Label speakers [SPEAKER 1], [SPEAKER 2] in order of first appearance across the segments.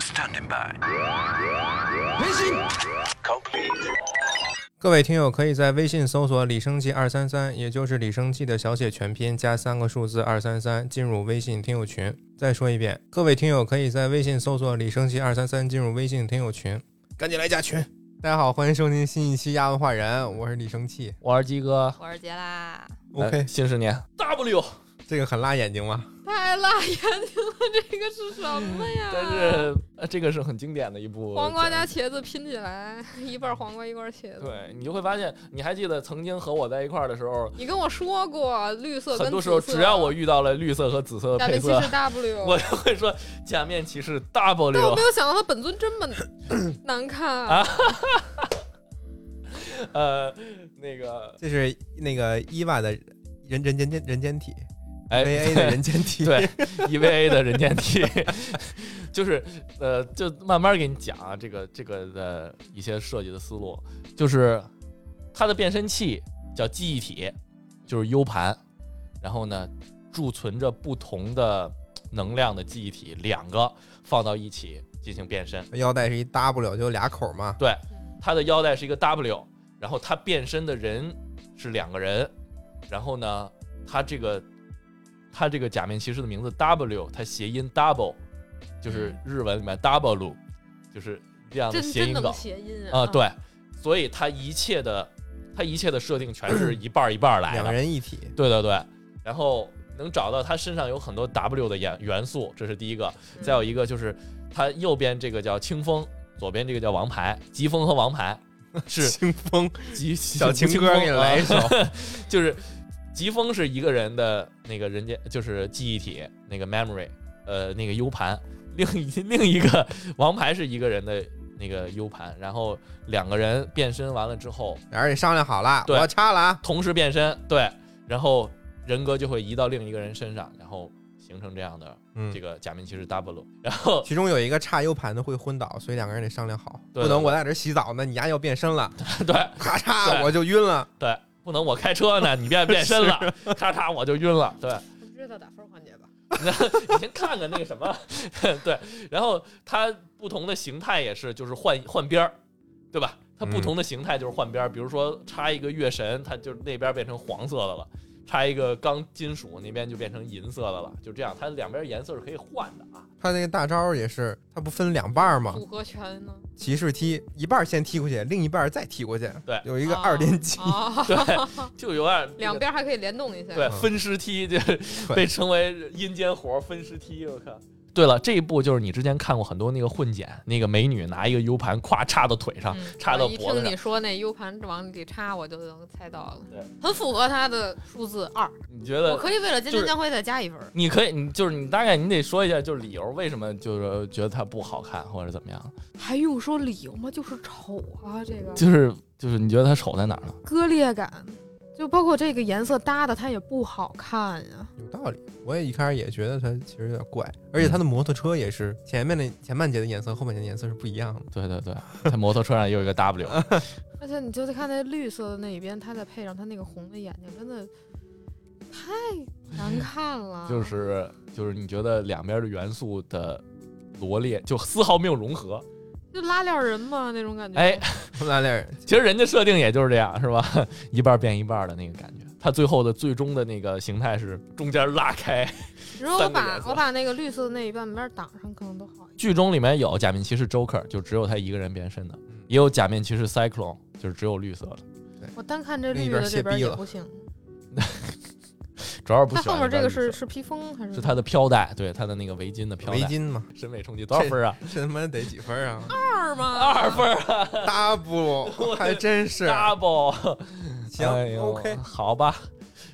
[SPEAKER 1] standby。complete。
[SPEAKER 2] 各位听友可以在微信搜索“李生记二三三”，也就是李生记的小写全拼加三个数字二三三，进入微信听友群。再说一遍，各位听友可以在微信搜索“李生记二三三”，进入微信听友群，赶紧来加群。大家好，欢迎收听新一期《亚文化人》，我是李生气。
[SPEAKER 3] 我是鸡哥。
[SPEAKER 4] 我是杰拉，
[SPEAKER 2] 哎
[SPEAKER 3] 呃新十年 W，
[SPEAKER 2] 这个很辣眼睛吗？
[SPEAKER 4] 太辣眼睛了，这个是什么 呀？
[SPEAKER 3] 但是呃这个是很经典的一部
[SPEAKER 4] 黄瓜加
[SPEAKER 3] 电影。
[SPEAKER 4] 茄子拼起来， 一半黄瓜一罐茄子。
[SPEAKER 3] 对你就会发现，你还记得曾经和我在一块儿的时候，
[SPEAKER 4] 你跟我说过绿色跟紫色，啊
[SPEAKER 3] 很多时候只要我遇到了绿色和紫色的
[SPEAKER 4] 假
[SPEAKER 3] 配
[SPEAKER 4] 面骑
[SPEAKER 3] 色
[SPEAKER 4] 士，W，
[SPEAKER 3] 我就会说假面骑士
[SPEAKER 4] 但我
[SPEAKER 3] W
[SPEAKER 4] 没。有想到他本尊这么难看
[SPEAKER 3] 啊呃，那个，
[SPEAKER 2] 这是那个伊娃的人人间人间体
[SPEAKER 3] 哎，
[SPEAKER 2] ，VA 的人间体。
[SPEAKER 3] 对 EVA 的人间体， 就是呃，就慢慢给你讲啊，这个这个的一些设计的思路，就是它的变身器叫记忆体，就是 U 盘，然后呢，贮存着不同的能量的记忆体，两个放到一起进行变身。
[SPEAKER 2] 腰带是一 W，就俩口嘛。
[SPEAKER 3] 对，它的腰带是一个 W，然后它变身的人是两个人，然后呢，它这个它这个假面骑士的名字 W，它谐音 double，就是日文里面 double，就是这样的
[SPEAKER 4] 真
[SPEAKER 3] 谐
[SPEAKER 4] 真
[SPEAKER 3] 音
[SPEAKER 4] 能嗯
[SPEAKER 3] 梗
[SPEAKER 4] 谐音
[SPEAKER 3] 啊、对，所以它一切的它一切的设定全是一半儿一半儿来
[SPEAKER 2] 两个
[SPEAKER 3] 的，
[SPEAKER 2] 人一 体，
[SPEAKER 3] 对对对，然后能找到它身上有很多 W 的元元素，这是第一个。
[SPEAKER 4] 嗯
[SPEAKER 3] 再有一个就是它右边这个叫清风，左边这个叫王牌，疾风和王牌是
[SPEAKER 2] 清风
[SPEAKER 3] 疾
[SPEAKER 2] 小情歌给你来一，首
[SPEAKER 3] 疾。啊就是疾风是一个人的那个人间就是记忆体那个 memory，呃，那个 U 盘，另一另一个王牌是一个人的。那个 U 盘，然后两个人变身完了之后，
[SPEAKER 2] 俩人也商量好了，我
[SPEAKER 3] 对
[SPEAKER 2] 要插了啊。
[SPEAKER 3] 同时变身，对，然后人格就会移到另一个人身上，然后形成这样的
[SPEAKER 2] 嗯
[SPEAKER 3] 这，个假面骑士 W，然后
[SPEAKER 2] 其中有一个差 U 盘的会昏倒，所以两个人得商量好，
[SPEAKER 3] 对
[SPEAKER 2] 不能我在这洗澡呢，你丫要变身 了，
[SPEAKER 3] 对，
[SPEAKER 2] 咔嚓
[SPEAKER 3] 对
[SPEAKER 2] 我就晕了。
[SPEAKER 3] 对，不能我开车呢，你变变身了，咔嚓我就晕了。对，
[SPEAKER 4] 我们直接到打分环节吧。
[SPEAKER 3] 你先看看那个什么， 对，然后它不同的形态也是，就是换换边儿，对吧？它不同的形态就是换边儿，比如说插一个月神，它就那边变成黄色的了；插一个钢金属，那边就变成银色的了，就这样，它两边颜色是可以换的啊。
[SPEAKER 2] 他那个大招也是，他不分两半儿吗？
[SPEAKER 3] 嗯
[SPEAKER 4] 组合拳呢？
[SPEAKER 2] 骑士踢一半儿先踢过去，另一半儿再踢过去。
[SPEAKER 3] 对
[SPEAKER 2] 有一个
[SPEAKER 4] 啊
[SPEAKER 2] 二连击，
[SPEAKER 4] 啊
[SPEAKER 3] 对，就有点
[SPEAKER 4] 两。边还可以联动一下。
[SPEAKER 3] 对，
[SPEAKER 2] 嗯
[SPEAKER 3] 分尸踢就被称为阴间活儿分尸踢，我靠！对了，这一部就是你之前看过很多那个混剪，那个美女拿一个 U 盘，咵插到腿上，
[SPEAKER 4] 嗯
[SPEAKER 3] 插到
[SPEAKER 4] 我一
[SPEAKER 3] 脖子
[SPEAKER 4] 听
[SPEAKER 3] 上
[SPEAKER 4] 你，说那 U 盘往里插，我就能猜到了
[SPEAKER 3] 对，
[SPEAKER 4] 很符合它的数字二。
[SPEAKER 3] 你觉
[SPEAKER 4] 我
[SPEAKER 3] 得？
[SPEAKER 4] 可以为了今
[SPEAKER 3] 就
[SPEAKER 4] 天
[SPEAKER 3] 是
[SPEAKER 4] 将会再加一分。
[SPEAKER 3] 你可以，你就是你大概你得说一下，就是理由为什么就是觉得它不好看或者怎么样？
[SPEAKER 4] 还用说理由吗？就是丑啊，这个
[SPEAKER 3] 就是就是你觉得它丑在哪儿呢？
[SPEAKER 4] 割裂感，就包括这个颜色搭的，它也不好看呀、
[SPEAKER 2] 有道理。我也一开始也觉得他其实有点怪，而且他的摩托车也是前面的前半截的颜色，后半截的颜色是不一 样的。
[SPEAKER 3] 对对对，它摩托车上也有一个 W，
[SPEAKER 4] 而且你就得看那绿色的那一边，它再配上它那个红的眼睛，真的太难看了。
[SPEAKER 3] 就是就是你觉得两边的元素的罗列就丝毫没有融合。
[SPEAKER 4] 就拉链人嘛那种感觉。
[SPEAKER 3] 哎，
[SPEAKER 2] 拉链儿
[SPEAKER 3] 其实人家设定也就是这样，是吧？ 一半变一半的那个感觉。它最后的最终的那个形态是中间拉开。
[SPEAKER 4] 你说我
[SPEAKER 3] 三个
[SPEAKER 4] 把
[SPEAKER 3] 颜色
[SPEAKER 4] 我把那个绿色的那一半边挡上，可能都好一点。
[SPEAKER 3] 剧中里面有假面骑士 Joker，就只有他一个人变身的
[SPEAKER 2] 嗯；
[SPEAKER 3] 也有假面骑士 Cyclone，就是只有绿色的。
[SPEAKER 4] 我单看这
[SPEAKER 2] 另一
[SPEAKER 4] 绿
[SPEAKER 2] 边
[SPEAKER 4] 的
[SPEAKER 2] 卸
[SPEAKER 4] 这边
[SPEAKER 2] 逼
[SPEAKER 4] 也
[SPEAKER 2] 了
[SPEAKER 4] 不行。
[SPEAKER 3] 主要是不
[SPEAKER 4] 它
[SPEAKER 3] 喜
[SPEAKER 4] 后
[SPEAKER 3] 欢
[SPEAKER 4] 面这个
[SPEAKER 3] 边绿
[SPEAKER 4] 是
[SPEAKER 3] 色
[SPEAKER 4] 是披风还是？
[SPEAKER 3] 是他的飘带，对他的那个围巾的飘带。
[SPEAKER 2] 围巾嘛，
[SPEAKER 3] 审美冲击多少 分啊？
[SPEAKER 2] 这他妈得几分啊
[SPEAKER 4] 二吗？
[SPEAKER 3] 二分啊
[SPEAKER 2] ？double 还真是
[SPEAKER 3] ，double。
[SPEAKER 2] 行
[SPEAKER 3] 哎呦
[SPEAKER 2] OK。
[SPEAKER 3] 好吧。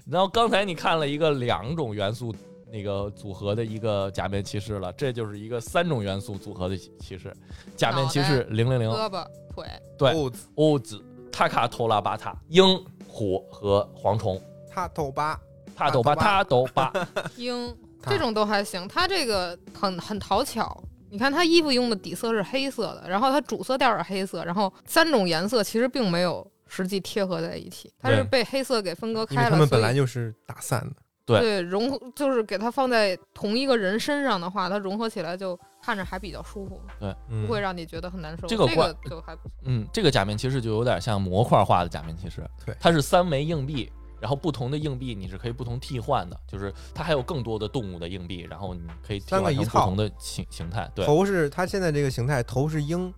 [SPEAKER 3] 然后刚才你看了一个两种元素那个组合的一个假面骑士了，这就是一个三种元素组合的骑士，假面骑士零零零
[SPEAKER 4] 胳膊腿。
[SPEAKER 3] 对
[SPEAKER 2] 哦，
[SPEAKER 3] 欧子塔卡托拉巴塔鹰虎和蝗虫
[SPEAKER 2] 他头八，
[SPEAKER 3] 塔斗巴塔斗巴，
[SPEAKER 4] 鹰
[SPEAKER 2] 它
[SPEAKER 4] 这种都还行，它这个很很讨巧。你看它衣服用的底色是黑色的，然后它主色调是黑色，然后三种颜色其实并没有实际贴合在一起，它是
[SPEAKER 3] 对
[SPEAKER 4] 被黑色给分割
[SPEAKER 2] 因为
[SPEAKER 4] 开了。
[SPEAKER 2] 他们本
[SPEAKER 4] 所以
[SPEAKER 2] 来就是打散的，
[SPEAKER 3] 对
[SPEAKER 4] 融就是给它放在同一个人身上的话，它融合起来就看着还比较舒服，
[SPEAKER 2] 嗯
[SPEAKER 4] 不会让你觉得很难受。
[SPEAKER 3] 这
[SPEAKER 4] 这
[SPEAKER 3] 个怪
[SPEAKER 4] 就还不错
[SPEAKER 3] 嗯，这个假面骑士就有点像模块化的假面骑士，
[SPEAKER 2] 对
[SPEAKER 3] 它是三枚硬币，然后不同的硬币你是可以不同替换的，就是它还有更多的动物的硬币，然后你可以替
[SPEAKER 2] 三个
[SPEAKER 3] 换
[SPEAKER 2] 一
[SPEAKER 3] 成不
[SPEAKER 2] 套
[SPEAKER 3] 同的形形态。对，
[SPEAKER 2] 头是它现在这个形态，头是鹰，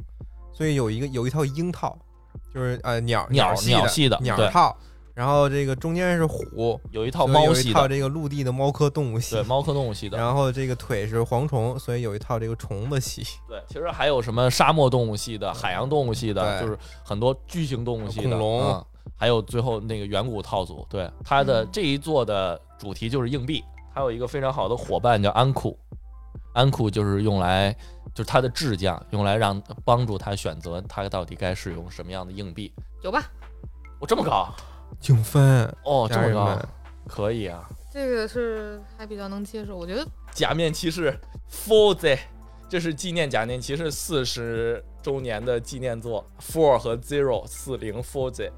[SPEAKER 2] 所以有一个有一套鹰套，就是呃鸟
[SPEAKER 3] 鸟
[SPEAKER 2] 系
[SPEAKER 3] 鸟系的
[SPEAKER 2] 鸟
[SPEAKER 3] 对
[SPEAKER 2] 套，然后这个中间是虎，
[SPEAKER 3] 有一套
[SPEAKER 2] 所以
[SPEAKER 3] 猫
[SPEAKER 2] 有
[SPEAKER 3] 系
[SPEAKER 2] 一套
[SPEAKER 3] 的，
[SPEAKER 2] 这个陆地的猫科动物系
[SPEAKER 3] 对，，猫科动物系的，
[SPEAKER 2] 然后这个腿是蝗虫，所以有一套这个虫子系，
[SPEAKER 3] 对，其实还有什么沙漠动物系的、海洋动物系的，
[SPEAKER 2] 嗯对
[SPEAKER 3] 就是很多巨型动物系的
[SPEAKER 2] 恐龙
[SPEAKER 3] 嗯还有最后那个远古套组。对，它的
[SPEAKER 4] 嗯
[SPEAKER 3] 这一座的主题就是硬币，还有一个非常好的伙伴叫安库，安库就是用来就是它的智将，用来让帮助他选择他到底该使用什么样的硬币。
[SPEAKER 4] 有吧？
[SPEAKER 3] 哦，这么高
[SPEAKER 2] 精分，
[SPEAKER 3] 哦，这
[SPEAKER 2] 家
[SPEAKER 3] 么
[SPEAKER 2] 人
[SPEAKER 3] 高
[SPEAKER 2] 们，，
[SPEAKER 3] 可以啊！
[SPEAKER 4] 这个是还比较能接受，我觉得
[SPEAKER 3] 假面骑士 Four Z，这是纪念假面骑士四十周年的纪念作。Four 和 Zero 四零 Four Z，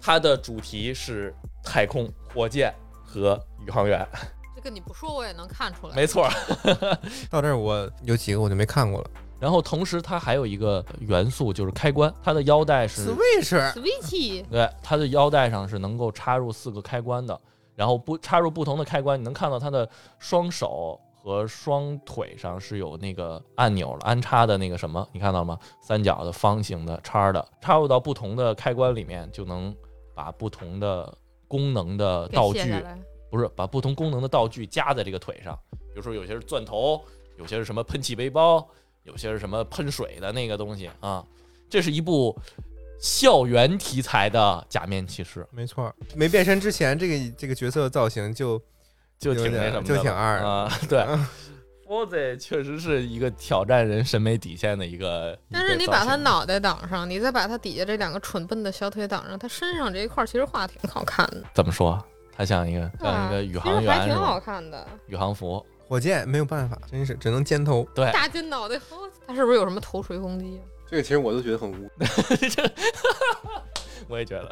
[SPEAKER 3] 它的主题是太空、火箭和宇航员。
[SPEAKER 4] 这个你不说我也能看出来。
[SPEAKER 3] 没错儿。
[SPEAKER 2] 到这儿我有几个我就没看过了
[SPEAKER 3] 然后同时它还有一个元素就是开关，它的腰带
[SPEAKER 2] 嗯
[SPEAKER 3] 是
[SPEAKER 2] ，Switch
[SPEAKER 4] Switch
[SPEAKER 3] 对，它的腰带上是能够插入四个开关的，然后不插入不同的开关，你能看到它的双手和双腿上是有那个按钮了，安插的那个什么，你看到吗？三角的、方形的、叉儿的，插入到不同的开关里面，就能把不同的功能的
[SPEAKER 4] 给
[SPEAKER 3] 道
[SPEAKER 4] 卸下
[SPEAKER 3] 具，
[SPEAKER 4] 来，
[SPEAKER 3] 不是把不同功能的道具加在这个腿上，比如说有些是钻头，有些是什么喷气背包，有些是什么喷水的那个东西啊。这是一部校园题材的假面骑士，
[SPEAKER 2] 没错，没变身之前这个这个角色的造型就
[SPEAKER 3] 就挺
[SPEAKER 2] 有
[SPEAKER 3] 那
[SPEAKER 2] 点
[SPEAKER 3] 什么的了，
[SPEAKER 2] 就挺二的
[SPEAKER 3] 啊、对 f o z 确实是一个挑战人审美底线的一个，
[SPEAKER 4] 但是
[SPEAKER 3] 一个
[SPEAKER 4] 你
[SPEAKER 3] 造
[SPEAKER 4] 把它
[SPEAKER 3] 型
[SPEAKER 4] 脑袋挡上，你再把它底下这两个蠢笨的小腿挡上，它身上这一块儿其实画挺好看的，
[SPEAKER 3] 怎么说？它像一个像一
[SPEAKER 4] 啊
[SPEAKER 3] 个宇航
[SPEAKER 4] 其实还
[SPEAKER 3] 员是
[SPEAKER 4] 挺好
[SPEAKER 3] 吧？
[SPEAKER 4] 看的。
[SPEAKER 3] 宇航服，
[SPEAKER 2] 火箭没有办法，真是只能尖头。
[SPEAKER 3] 对，
[SPEAKER 4] 大金脑袋，哦它是不是有什么头锤啊攻击？
[SPEAKER 2] 这个其实我都觉得很污，
[SPEAKER 3] 我也觉得，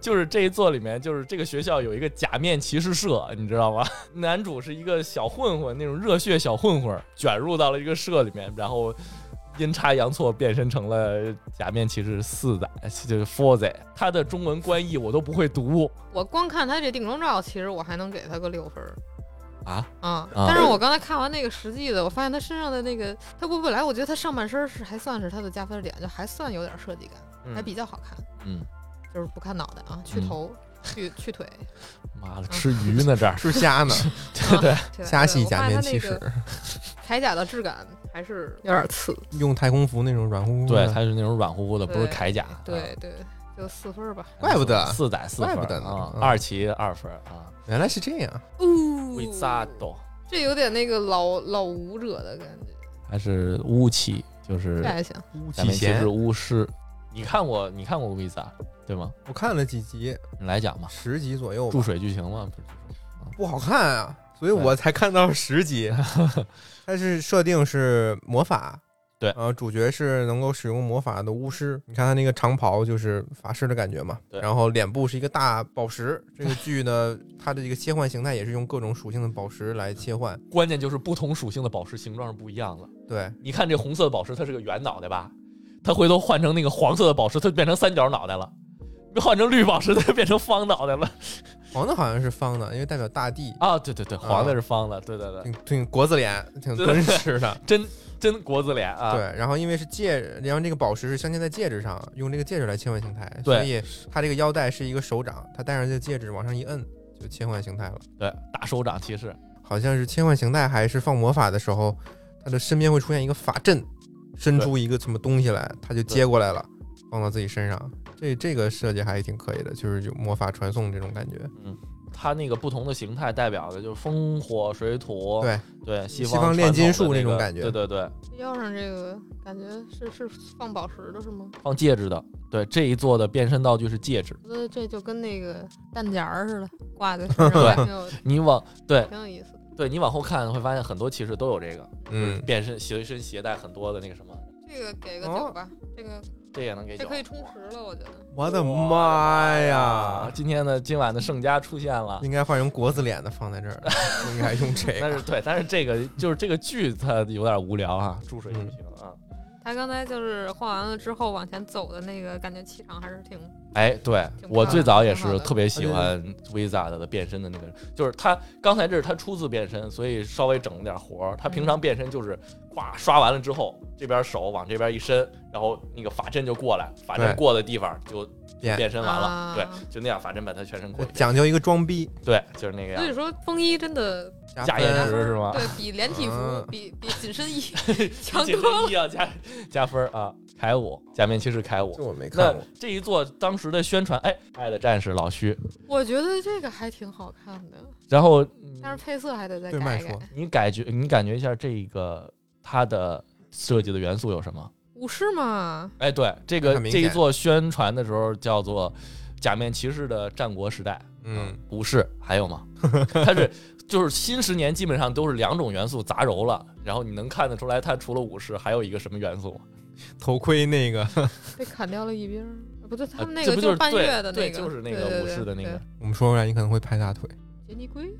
[SPEAKER 3] 就是这一座里面，就是这个学校有一个假面骑士社，你知道吗？ 男主是一个小混混，那种热血小混混，卷入到了一个社里面，然后阴差阳错变身成了假面骑士四仔， 就是 Four 仔。他的中文官译我都不会读
[SPEAKER 4] 我光看他这定妆照，其实我还能给他个六分儿
[SPEAKER 3] 啊，
[SPEAKER 4] 啊。
[SPEAKER 3] 啊
[SPEAKER 4] 但是我刚才看完那个实际的，我发现他身上的那个，他不本来我觉得他上半身是还算是他的加分点，就还算有点设计感，还比较好看。
[SPEAKER 3] 嗯，
[SPEAKER 4] 就是不看脑袋啊，去
[SPEAKER 3] 嗯
[SPEAKER 4] 头，去去 腿，
[SPEAKER 3] 妈 的吃鱼呢这儿，
[SPEAKER 2] 是瞎呢，
[SPEAKER 3] 对对，
[SPEAKER 4] 对
[SPEAKER 2] 瞎系
[SPEAKER 4] 对我
[SPEAKER 2] 假
[SPEAKER 4] 发
[SPEAKER 2] 面
[SPEAKER 4] 现他
[SPEAKER 2] 骑
[SPEAKER 4] 那
[SPEAKER 2] 士
[SPEAKER 4] 个，铠甲的质感还是有点刺。
[SPEAKER 2] 用太空服那种软乎乎
[SPEAKER 3] 对
[SPEAKER 2] 的，，
[SPEAKER 3] 它是那种软乎乎的，不是
[SPEAKER 4] 嗯对
[SPEAKER 3] 铠甲，啊
[SPEAKER 4] 对对，就四分儿吧。
[SPEAKER 2] 怪不得
[SPEAKER 3] 四仔四
[SPEAKER 2] 怪
[SPEAKER 3] 分，
[SPEAKER 2] 不得呢
[SPEAKER 3] 啊，
[SPEAKER 2] 嗯
[SPEAKER 3] 二骑二分啊，
[SPEAKER 2] 原来是这样。
[SPEAKER 4] 哦呜
[SPEAKER 3] 维萨多
[SPEAKER 4] 这有点那个老老舞者的感觉，
[SPEAKER 3] 还是乌骑，就是
[SPEAKER 4] 这还行。
[SPEAKER 2] 巫
[SPEAKER 3] 假
[SPEAKER 2] 启
[SPEAKER 3] 面骑
[SPEAKER 2] 贤
[SPEAKER 3] 士，巫师。你看过你看过《维萨》对吗？
[SPEAKER 2] 我看了几集，
[SPEAKER 3] 你来讲吧，
[SPEAKER 2] 十集左右吧
[SPEAKER 3] 注水剧情嘛，不是
[SPEAKER 2] 不好看啊，所以我才看到十 集。它是设定是魔法，
[SPEAKER 3] 对
[SPEAKER 2] 然后主角是能够使用魔法的巫师。你看他那个长袍就是法师的感觉嘛，
[SPEAKER 3] 对
[SPEAKER 2] 然后脸部是一个大宝石。这个剧呢， 它的这个切换形态也是用各种属性的宝石来切换。
[SPEAKER 3] 关键就是不同属性的宝石形状是不一样的。
[SPEAKER 2] 对，
[SPEAKER 3] 你看这红色的宝石，它是个圆脑袋吧？它回头换成那个黄色的宝石，它就变成三角脑袋了；换成绿宝石，它就变成方脑袋了。
[SPEAKER 2] 黄的好像是方的，因为代表大地，
[SPEAKER 3] 啊，对对对，黄的是方的，对对对，
[SPEAKER 2] 挺挺国字脸，挺
[SPEAKER 3] 对
[SPEAKER 2] 敦实的。
[SPEAKER 3] 真真国字脸啊，
[SPEAKER 2] 对，然后因为是戒指，然后这个宝石是镶嵌在戒指上，用这个戒指来切换形态，
[SPEAKER 3] 对
[SPEAKER 2] 所以它这个腰带是一个手掌，它戴上这个戒指往上一摁就切换形态了。
[SPEAKER 3] 对大手掌骑士，
[SPEAKER 2] 好像是切换形态还是放魔法的时候，它的身边会出现一个法阵，伸出一个什么东西来，它就接过来了，放到自己身上。这这个设计还挺可以的，就是有魔法传送这种感觉。
[SPEAKER 3] 它那个不同的形态代表的就是风火水土，
[SPEAKER 2] 对
[SPEAKER 3] 对西
[SPEAKER 2] 西
[SPEAKER 3] 方
[SPEAKER 2] 方炼金
[SPEAKER 3] 传统
[SPEAKER 2] 术
[SPEAKER 3] 的
[SPEAKER 2] 那
[SPEAKER 3] 那
[SPEAKER 2] 种
[SPEAKER 3] 个
[SPEAKER 2] 感觉
[SPEAKER 3] 对对对，
[SPEAKER 4] 腰上这个感觉是是放宝石的是吗？
[SPEAKER 3] 放戒指的，对这一座的变身道具是戒指。
[SPEAKER 4] 我觉得这就跟那个弹夹儿似的，挂在身上，
[SPEAKER 3] 对
[SPEAKER 4] 挺有
[SPEAKER 3] 你往对
[SPEAKER 4] 挺有意思的。
[SPEAKER 3] 对，你往后看会发现很多骑士都有这个，
[SPEAKER 2] 嗯，
[SPEAKER 3] 变身随身携带很多的那个什么，
[SPEAKER 4] 这个给个
[SPEAKER 2] 哦
[SPEAKER 4] 九吧，这个
[SPEAKER 3] 这也能给
[SPEAKER 4] 这
[SPEAKER 3] 九
[SPEAKER 4] 可。以充值了，我觉得。
[SPEAKER 2] 我的妈
[SPEAKER 3] 啊
[SPEAKER 2] 呀！，
[SPEAKER 3] 今天的今晚的盛家出现了，
[SPEAKER 2] 应该换成国字脸的放在 这儿，应该用这
[SPEAKER 3] 但
[SPEAKER 2] 个。
[SPEAKER 3] 是对，但是这个就是这个剧它有点无聊啊，注水不行啊。
[SPEAKER 4] 他刚才就是画完了之后往前走的那个，感觉气场还是挺
[SPEAKER 3] 哎，对
[SPEAKER 4] 挺
[SPEAKER 3] 我
[SPEAKER 4] 漂
[SPEAKER 3] 最
[SPEAKER 4] 亮
[SPEAKER 3] 早也
[SPEAKER 4] 挺好
[SPEAKER 3] 是
[SPEAKER 4] 的嗯
[SPEAKER 3] 特别喜
[SPEAKER 2] 对对
[SPEAKER 3] 欢 Visa 的变身的那个，就是他刚才这是他初次变身，所以稍微整了点活儿。他
[SPEAKER 4] 嗯
[SPEAKER 3] 平常变身就是哗刷完了之后，这边手往这边一伸，然后那个法阵就过来，法阵
[SPEAKER 2] 对
[SPEAKER 3] 过的地方就
[SPEAKER 2] 变
[SPEAKER 3] 变身完了，
[SPEAKER 4] 啊
[SPEAKER 3] 对，就那样法阵把他全身裹起来，
[SPEAKER 2] 讲究一个装逼，
[SPEAKER 3] 对，就是那个样
[SPEAKER 4] 所以
[SPEAKER 3] 子。
[SPEAKER 4] 说，风衣真的
[SPEAKER 3] 加
[SPEAKER 2] 分
[SPEAKER 3] 颜值是吗？
[SPEAKER 4] 对比连体服
[SPEAKER 2] 嗯，
[SPEAKER 4] 比比紧身衣强
[SPEAKER 3] 这
[SPEAKER 4] 多
[SPEAKER 3] 个
[SPEAKER 4] 了
[SPEAKER 3] 一。要加加分儿啊！凯五假面骑士凯
[SPEAKER 2] 这
[SPEAKER 3] 五，
[SPEAKER 2] 我没看
[SPEAKER 3] 那
[SPEAKER 2] 过。
[SPEAKER 3] 这一座当时的宣传，哎，爱的战士老徐，
[SPEAKER 4] 我觉得这个还挺好看的，
[SPEAKER 3] 然后
[SPEAKER 4] 但是配色还得再
[SPEAKER 2] 对麦
[SPEAKER 4] 改一改
[SPEAKER 2] 说。，
[SPEAKER 3] 你感觉你感觉一下这个它的设计的元素有什么？
[SPEAKER 4] 武士嘛，
[SPEAKER 3] 哎，对，这个
[SPEAKER 2] 很明
[SPEAKER 3] 这
[SPEAKER 2] 显
[SPEAKER 3] 一座宣传的时候叫做《假面骑士的战国时代》，
[SPEAKER 2] 嗯，
[SPEAKER 3] 武士还有吗？ 它是就是新十年基本上都是两种元素杂糅了，然后你能看得出来，它除了武士还有一个什么元素吗？
[SPEAKER 2] 头盔那个，
[SPEAKER 4] 被砍掉了一边儿。啊不对，他们那
[SPEAKER 3] 呃这
[SPEAKER 4] 个
[SPEAKER 3] 不就是
[SPEAKER 4] 半
[SPEAKER 3] 对
[SPEAKER 4] 月的那
[SPEAKER 3] 对，
[SPEAKER 4] 个，
[SPEAKER 3] 就是那
[SPEAKER 4] 对
[SPEAKER 3] 个
[SPEAKER 4] 对
[SPEAKER 3] 武
[SPEAKER 4] 对
[SPEAKER 3] 士的那个
[SPEAKER 4] 对
[SPEAKER 2] 我们说出来你可能会拍大腿。
[SPEAKER 4] 杰尼龟。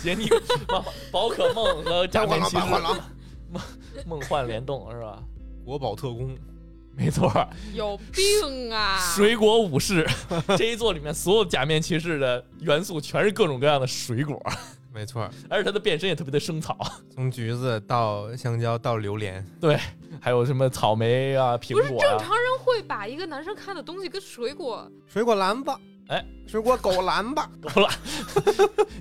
[SPEAKER 3] 杰尼 宝宝可 梦和假面骑士
[SPEAKER 2] 狼，
[SPEAKER 3] 梦幻联动是吧？
[SPEAKER 2] 国宝特工，
[SPEAKER 3] 没错儿，
[SPEAKER 4] 有病啊！
[SPEAKER 3] 水果武士 这一座里面所有假面骑士的元素全是各种各样的水果，
[SPEAKER 2] 没错儿，
[SPEAKER 3] 而且它的变身也特别的生草，
[SPEAKER 2] 从橘子到香蕉到榴莲，
[SPEAKER 3] 还有什么草莓啊、苹
[SPEAKER 4] 不是
[SPEAKER 3] 果
[SPEAKER 4] 正
[SPEAKER 3] 啊。
[SPEAKER 4] 常人会把一个男生看的东西跟水果，
[SPEAKER 2] 水果篮子，
[SPEAKER 3] 哎，
[SPEAKER 2] 水果狗篮子，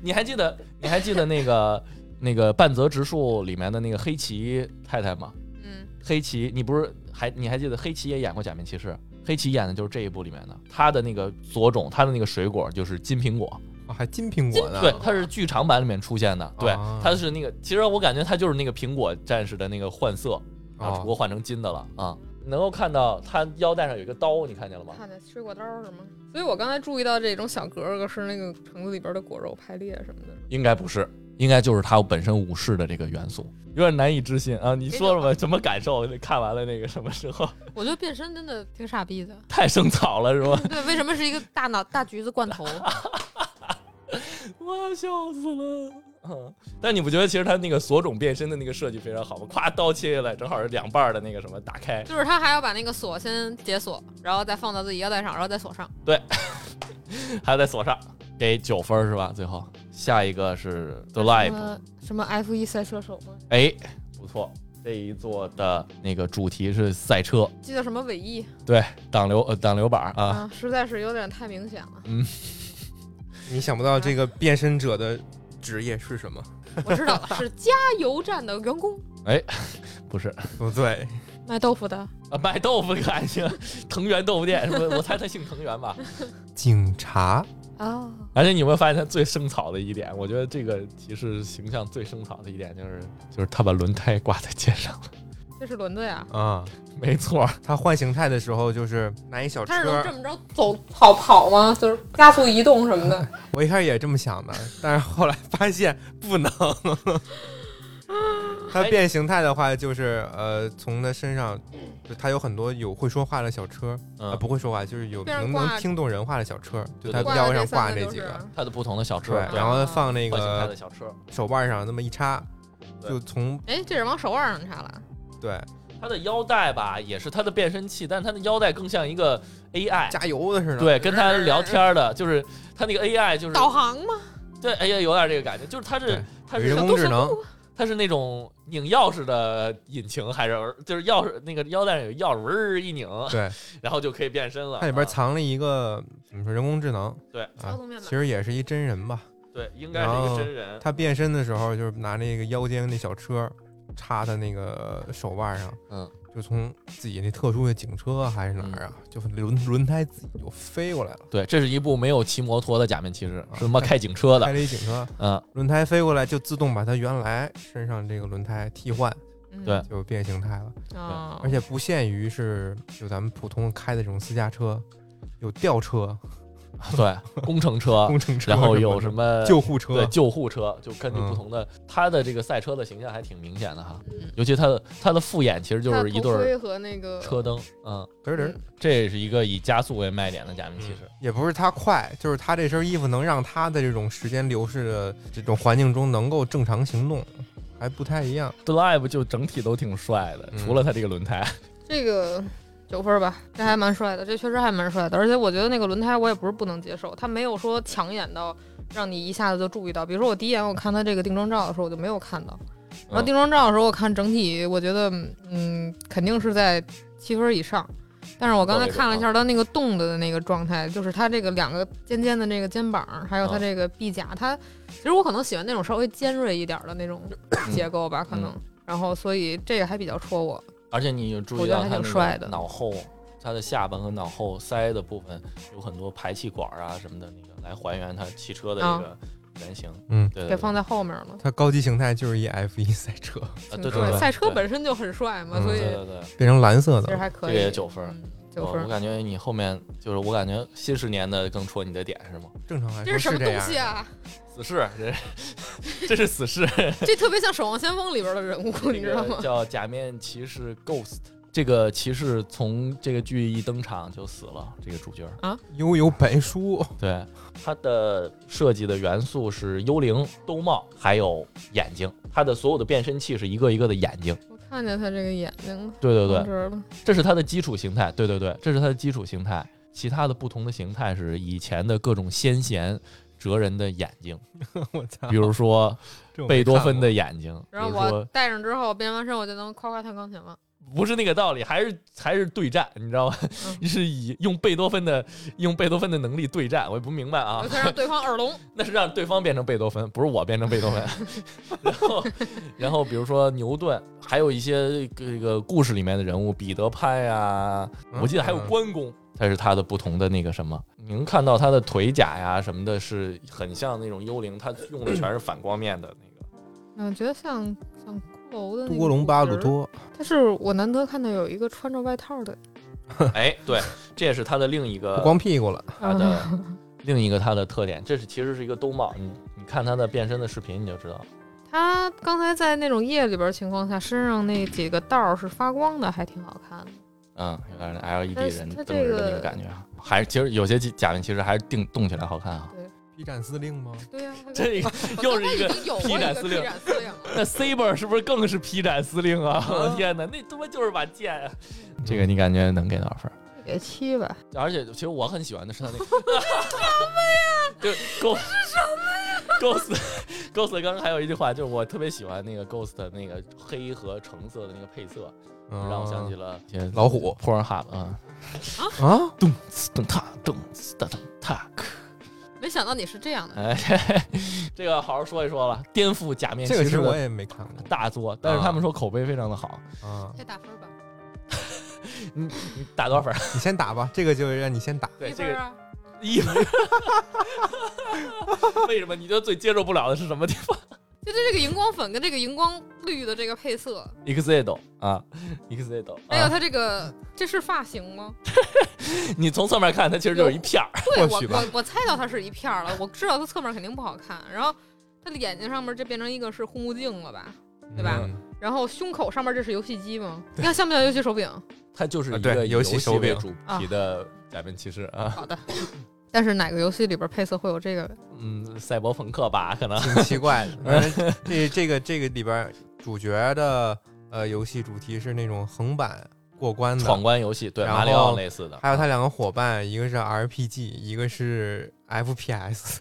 [SPEAKER 3] 你还记得你还记得那个那个半泽直树里面的那个黑崎太太吗？
[SPEAKER 4] 嗯，
[SPEAKER 3] 黑崎，你不是还你还记得黑崎也演过假面骑士？黑崎演的就是这一部里面的，他的那个佐种，他的那个水果就是金苹果，
[SPEAKER 2] 哦，还金苹果呢。
[SPEAKER 3] 对，它是剧场版里面出现的，对
[SPEAKER 2] 啊，
[SPEAKER 3] 它是那个，其实我感觉它就是那个苹果战士的那个换色，啊，只不过
[SPEAKER 2] 哦，
[SPEAKER 3] 换成金的了啊。能够看到他腰带上有一个刀，你看见了吗？
[SPEAKER 4] 看见水果刀什么。所以我刚才注意到这种小格格是那个橙子里边的果肉排列什么的。
[SPEAKER 3] 应该不是，应该就是他本身武士的这个元素，有点难以置信啊！你说说吧，什么感受？看完了那个什么时候？
[SPEAKER 4] 我觉得变身真的挺傻逼的。
[SPEAKER 3] 太生草了是吧？
[SPEAKER 4] 对，为什么是一个大脑大橘子罐 头？
[SPEAKER 3] 哇，笑死了。嗯，但你不觉得其实他那个索种变身的那个设计非常好吗？咵，刀切下来，正好是两半儿的那个什么打开，
[SPEAKER 4] 就是他还要把那个锁先解锁，然后再放到自己腰带上，然后再锁上。
[SPEAKER 3] 还要再锁上，给九分儿是吧？最后下一个是 The Live，
[SPEAKER 4] 嗯什么 F 一赛车手吗？
[SPEAKER 3] 哎，不错，这一座的那个主题是赛车，
[SPEAKER 4] 记得什么尾翼
[SPEAKER 3] 挡流呃挡流板儿啊，
[SPEAKER 4] 啊？实在是有点太明显了。
[SPEAKER 2] 你想不到这个变身者的职业是什么？
[SPEAKER 4] 我知道了，是加油站的员工，
[SPEAKER 3] 不是
[SPEAKER 2] 不对，
[SPEAKER 4] 卖豆腐的。
[SPEAKER 3] 啊卖豆腐感情，藤原豆腐店，我我猜他姓藤 原吧。
[SPEAKER 2] 警察，
[SPEAKER 4] 哦，
[SPEAKER 3] 而且你有没有发现他最生草的一点？我觉得这个骑士形象最生草的一点就是，就是他把轮胎挂在肩上了。
[SPEAKER 4] 这是轮子呀。
[SPEAKER 2] 啊，
[SPEAKER 3] 没错，
[SPEAKER 2] 他换形态的时候就是拿一小车
[SPEAKER 4] 他是能这么着走跑跑吗？就是加速移动什么的。
[SPEAKER 2] 我一开始也这么想的，但是后来发现不能。
[SPEAKER 3] 哎
[SPEAKER 2] 它变形态的话，就是呃，从它身上，就它有很多有会说话的小车，啊、
[SPEAKER 3] 嗯，
[SPEAKER 2] 不会说话，就是有
[SPEAKER 4] 边上
[SPEAKER 2] 能
[SPEAKER 4] 挂
[SPEAKER 2] 能听懂人话的小车，就
[SPEAKER 3] 对
[SPEAKER 2] 它
[SPEAKER 3] 对
[SPEAKER 2] 腰
[SPEAKER 4] 的
[SPEAKER 2] 上挂
[SPEAKER 4] 三
[SPEAKER 2] 这
[SPEAKER 4] 就
[SPEAKER 2] 几
[SPEAKER 4] 是啊
[SPEAKER 2] 个，
[SPEAKER 3] 他的不同的小车，
[SPEAKER 2] 对，
[SPEAKER 3] 对，啊
[SPEAKER 2] 然后放那
[SPEAKER 3] 唤醒他的
[SPEAKER 2] 个
[SPEAKER 3] 小车，
[SPEAKER 2] 手腕上那么一插，
[SPEAKER 3] 对
[SPEAKER 2] 就从
[SPEAKER 4] 哎，这人往手腕上插了。
[SPEAKER 2] 对
[SPEAKER 3] 他的腰带吧也是他的变身器，但他的腰带更像一个 AI，
[SPEAKER 2] 加油的似的，
[SPEAKER 3] 对，跟他聊天儿的，就是他那个 AI 就是
[SPEAKER 4] 导航吗？
[SPEAKER 3] 对，哎呀，有点这个感觉，就是它是
[SPEAKER 2] 对
[SPEAKER 3] 它
[SPEAKER 2] 有人
[SPEAKER 3] 是
[SPEAKER 2] 工智能，
[SPEAKER 3] 它是那种拧钥匙的引擎，还是就是钥匙那个腰带上有钥匙，嗡儿一拧，
[SPEAKER 2] 对，
[SPEAKER 3] 然后就可以变身了。
[SPEAKER 2] 它里边
[SPEAKER 3] 啊
[SPEAKER 2] 藏了一个怎么说人工智能，
[SPEAKER 3] 对
[SPEAKER 4] 操
[SPEAKER 2] 啊
[SPEAKER 4] 纵面，板
[SPEAKER 2] 其实也是一真人吧，
[SPEAKER 3] 对，应该是一
[SPEAKER 2] 哦
[SPEAKER 3] 个真人。
[SPEAKER 2] 他变身的时候就是拿那个腰间那小车插他那个手腕上，
[SPEAKER 3] 嗯，
[SPEAKER 2] 就从自己那特殊的警车还是哪儿啊，就轮轮胎自己就飞过来了，
[SPEAKER 3] 对，这是一部没有骑摩托的假面骑士，是他妈开警车
[SPEAKER 2] 啊开
[SPEAKER 3] 的。
[SPEAKER 2] 了一警车，
[SPEAKER 3] 嗯，
[SPEAKER 2] 轮胎飞过来就自动把他原来身上这个轮胎替换，
[SPEAKER 4] 嗯
[SPEAKER 3] 对
[SPEAKER 2] 就变形态了，
[SPEAKER 4] 哦
[SPEAKER 2] 而且不限于是就咱们普通开的这种私家车，有吊车，
[SPEAKER 3] 对， 工程车，
[SPEAKER 2] 工程车，
[SPEAKER 3] 啊 然后有什么
[SPEAKER 2] 救护车
[SPEAKER 3] 对，救护车，就根据
[SPEAKER 2] 嗯
[SPEAKER 3] 不同的，它的这个赛车的形象还挺明显的哈
[SPEAKER 4] 嗯，
[SPEAKER 3] 尤其它的它的副眼其实就是一对
[SPEAKER 4] 它头
[SPEAKER 3] 儿
[SPEAKER 4] 盔和那个
[SPEAKER 3] 车灯，嗯，
[SPEAKER 2] 嘚嘚
[SPEAKER 4] 嗯
[SPEAKER 3] 这是一个以加速为卖点的假面骑士，
[SPEAKER 2] 也不是他快，就是他这身衣服能让他的这种时间流逝的这种环境中能够正常行动，还不太一样。
[SPEAKER 3] Drive 就整体都挺帅的，
[SPEAKER 2] 嗯
[SPEAKER 3] 除了它这个轮胎，
[SPEAKER 4] 这个九分儿吧，这还蛮帅的，这确实还蛮帅的。而且我觉得那个轮胎我也不是不能接受，它没有说抢眼到让你一下子就注意到。比如说我第一眼我看它这个定妆照的时候，我就没有看到。
[SPEAKER 3] 嗯
[SPEAKER 4] 然后定妆照的时候，我看整体，我觉得嗯，肯定是在七分儿以上。但是我刚才看了一下
[SPEAKER 3] 啊
[SPEAKER 4] 它那个动的那个状态，就是它这个两个尖尖的那个肩膀，还
[SPEAKER 3] 啊
[SPEAKER 4] 有它这个臂甲，它其实我可能喜欢那种稍微尖锐一点儿的那种 结构吧，可能。
[SPEAKER 3] 嗯
[SPEAKER 4] 然后所以这个还比较戳我。
[SPEAKER 3] 而且你有注
[SPEAKER 4] 我
[SPEAKER 3] 意
[SPEAKER 4] 觉得
[SPEAKER 3] 到
[SPEAKER 4] 还
[SPEAKER 3] 它
[SPEAKER 4] 挺
[SPEAKER 3] 那
[SPEAKER 4] 帅
[SPEAKER 3] 个
[SPEAKER 4] 的
[SPEAKER 3] 脑后，它的下巴和脑后腮的部分有很多排气管啊什么的，那个来还原它汽车的这个原型，
[SPEAKER 2] 嗯
[SPEAKER 3] 对，对
[SPEAKER 4] 啊给
[SPEAKER 3] 对
[SPEAKER 4] 放在后面了。
[SPEAKER 2] 他高级形态就是一 F 1赛车，
[SPEAKER 3] 啊
[SPEAKER 4] 挺
[SPEAKER 3] 对对
[SPEAKER 4] 帅
[SPEAKER 3] 对，
[SPEAKER 4] 赛车
[SPEAKER 3] 对
[SPEAKER 4] 本身就很帅嘛，
[SPEAKER 2] 嗯
[SPEAKER 4] 所以
[SPEAKER 3] 对对对，
[SPEAKER 2] 变成蓝色
[SPEAKER 4] 其实
[SPEAKER 2] 的。
[SPEAKER 4] 还可以。
[SPEAKER 3] 这个也九分儿
[SPEAKER 4] 嗯，九
[SPEAKER 3] 我
[SPEAKER 4] 分
[SPEAKER 3] 我
[SPEAKER 4] 儿。
[SPEAKER 3] 感觉你后面就是我感觉新十年的更戳你的点是吗？
[SPEAKER 2] 正常来
[SPEAKER 4] 这
[SPEAKER 2] 说
[SPEAKER 4] 是什么
[SPEAKER 2] 这
[SPEAKER 4] 东
[SPEAKER 2] 样
[SPEAKER 4] 西
[SPEAKER 2] 的。
[SPEAKER 4] 啊？
[SPEAKER 3] 死侍，这这是死侍，
[SPEAKER 4] 这特别像《守望先锋》里边的人物， 你
[SPEAKER 3] 这
[SPEAKER 4] 知道
[SPEAKER 3] 个
[SPEAKER 4] 吗？
[SPEAKER 3] 叫假面骑士 Ghost。这个骑士从这个剧一登场就死了，这个主角。
[SPEAKER 2] 悠悠白书，
[SPEAKER 3] 对，它的设计的元素是幽灵、兜帽，还有眼睛。它的所有的变身器是一个一个的眼睛。
[SPEAKER 4] 我看见他这个眼睛了，
[SPEAKER 3] 对对
[SPEAKER 4] 当
[SPEAKER 3] 对
[SPEAKER 4] 时，了。
[SPEAKER 3] 这是它的基础形态。对对对，这是它的基础形态。其他的不同的形态是以前的各种先贤哲人的眼睛，
[SPEAKER 2] 我操！
[SPEAKER 3] 比如说
[SPEAKER 2] 这我没
[SPEAKER 3] 贝多
[SPEAKER 2] 看
[SPEAKER 3] 芬
[SPEAKER 2] 过
[SPEAKER 3] 的眼睛，比
[SPEAKER 4] 然后
[SPEAKER 3] 如
[SPEAKER 4] 我
[SPEAKER 3] 说
[SPEAKER 4] 戴上之后，变完身我就能夸夸弹钢琴了。
[SPEAKER 3] 不是那个道理，还是还是对战，你知道吗？
[SPEAKER 4] 嗯
[SPEAKER 3] 是以用贝多芬的用贝多芬的能力对战，我也不明白啊。
[SPEAKER 4] 我先让对方耳 聋，
[SPEAKER 3] 那是让对方变成贝多芬，不是我变成贝多 芬。然后，然后比如说牛顿，还有一些这个故事里面的人物，彼得潘呀、
[SPEAKER 2] 嗯
[SPEAKER 3] 我记得还有关公，但是他的不同的那个什么，你能看到他的腿甲呀什么的，是很像那种幽灵，他用的全是反光面的那个。
[SPEAKER 4] 嗯，我觉得像像骷髅的那个
[SPEAKER 2] 多隆巴鲁
[SPEAKER 4] 骨
[SPEAKER 2] 多，
[SPEAKER 4] 节儿，但是我难得看到有一个穿着外套的，
[SPEAKER 3] 哎，对，这也是他的另一
[SPEAKER 2] 不
[SPEAKER 3] 个
[SPEAKER 2] 光屁股了，
[SPEAKER 3] 他的另一个他的特点，这是其实是一个兜帽，你你看他的变身的视频你就知道了。
[SPEAKER 4] 他刚才在那种夜里边情况下，身上那几个道儿是发光的，还挺好看的。
[SPEAKER 3] 嗯，有点 LED
[SPEAKER 4] 但是
[SPEAKER 3] 人
[SPEAKER 4] 它
[SPEAKER 3] 灯人
[SPEAKER 4] 这
[SPEAKER 3] 的那
[SPEAKER 4] 个
[SPEAKER 3] 种感觉啊，还是其实有些假面其实还是定动起来好看啊。
[SPEAKER 2] 臂展司令吗？
[SPEAKER 4] 对呀、他
[SPEAKER 3] 这个又是一个
[SPEAKER 4] 有
[SPEAKER 3] 披斩司令
[SPEAKER 4] 披斩司令了
[SPEAKER 3] 那 Saber 是不是更是劈斩司令啊？我
[SPEAKER 4] 嗯
[SPEAKER 3] 的 天哪，那他妈就是把剑。啊这个你感觉能给多少分？
[SPEAKER 4] 给七吧，
[SPEAKER 3] 嗯而且其实我很喜欢的是他 那个什么呀？就是 Ghost 什么呀？Ghost Ghost 刚刚还有一句话，就是我特别喜欢那个 Ghost 的那个黑和橙色的那个配色，
[SPEAKER 2] 嗯
[SPEAKER 3] 让我想起了
[SPEAKER 2] 老虎
[SPEAKER 3] p o r n h u b 啊，
[SPEAKER 2] 啊，
[SPEAKER 3] 咚呲咚踏咚呲哒哒踏。
[SPEAKER 4] 没想到你是这样的。
[SPEAKER 3] 哎， 这个好好说一说吧，颠覆假面骑
[SPEAKER 2] 这嗯个其
[SPEAKER 3] 士
[SPEAKER 2] 实我
[SPEAKER 3] 的
[SPEAKER 2] 也没看过
[SPEAKER 3] 大作，但是他们说口碑非常的好。
[SPEAKER 2] 啊。
[SPEAKER 4] 先打分吧，
[SPEAKER 3] 你打多少分？
[SPEAKER 2] 你先打吧，这个就让你先打。
[SPEAKER 3] 对，
[SPEAKER 4] 一
[SPEAKER 3] 这
[SPEAKER 4] 分
[SPEAKER 3] 个
[SPEAKER 4] 啊，
[SPEAKER 3] 一分。 为什么你觉得最接受不了的是什么地方
[SPEAKER 4] 就这这个荧光粉跟这个荧光绿的这个配色，
[SPEAKER 3] ？Exit 啊，Exit
[SPEAKER 4] 还有
[SPEAKER 3] 啊，
[SPEAKER 4] 它这个，这是发型 吗？
[SPEAKER 3] 你从侧面看，它其实就是一片儿。
[SPEAKER 4] 对，
[SPEAKER 2] 或
[SPEAKER 4] 我
[SPEAKER 2] 许吧
[SPEAKER 4] 我我猜到它是一片儿了，我知道它侧面肯定不好看，然后它的眼睛上面这变成一个是护目镜了吧？对吧
[SPEAKER 2] 嗯？
[SPEAKER 4] 然后胸口上面这是游戏机吗？你看像不像游戏手柄？
[SPEAKER 3] 它就是一
[SPEAKER 2] 啊
[SPEAKER 3] 个
[SPEAKER 2] 对
[SPEAKER 3] 以
[SPEAKER 2] 游戏
[SPEAKER 3] 戏
[SPEAKER 2] 手柄
[SPEAKER 3] 为主题的假面骑士啊，
[SPEAKER 4] 好的。但是哪个游戏里边配色会有这个？
[SPEAKER 3] 嗯，赛博朋克吧，可能。
[SPEAKER 2] 挺奇怪 的。反正这这个这个里边儿主角的呃游戏主题是那种横版过关的，
[SPEAKER 3] 闯关游戏对
[SPEAKER 2] 然后
[SPEAKER 3] 马里奥类似的，
[SPEAKER 2] 还有他两个伙伴，一个是 RPG，一个是 FPS。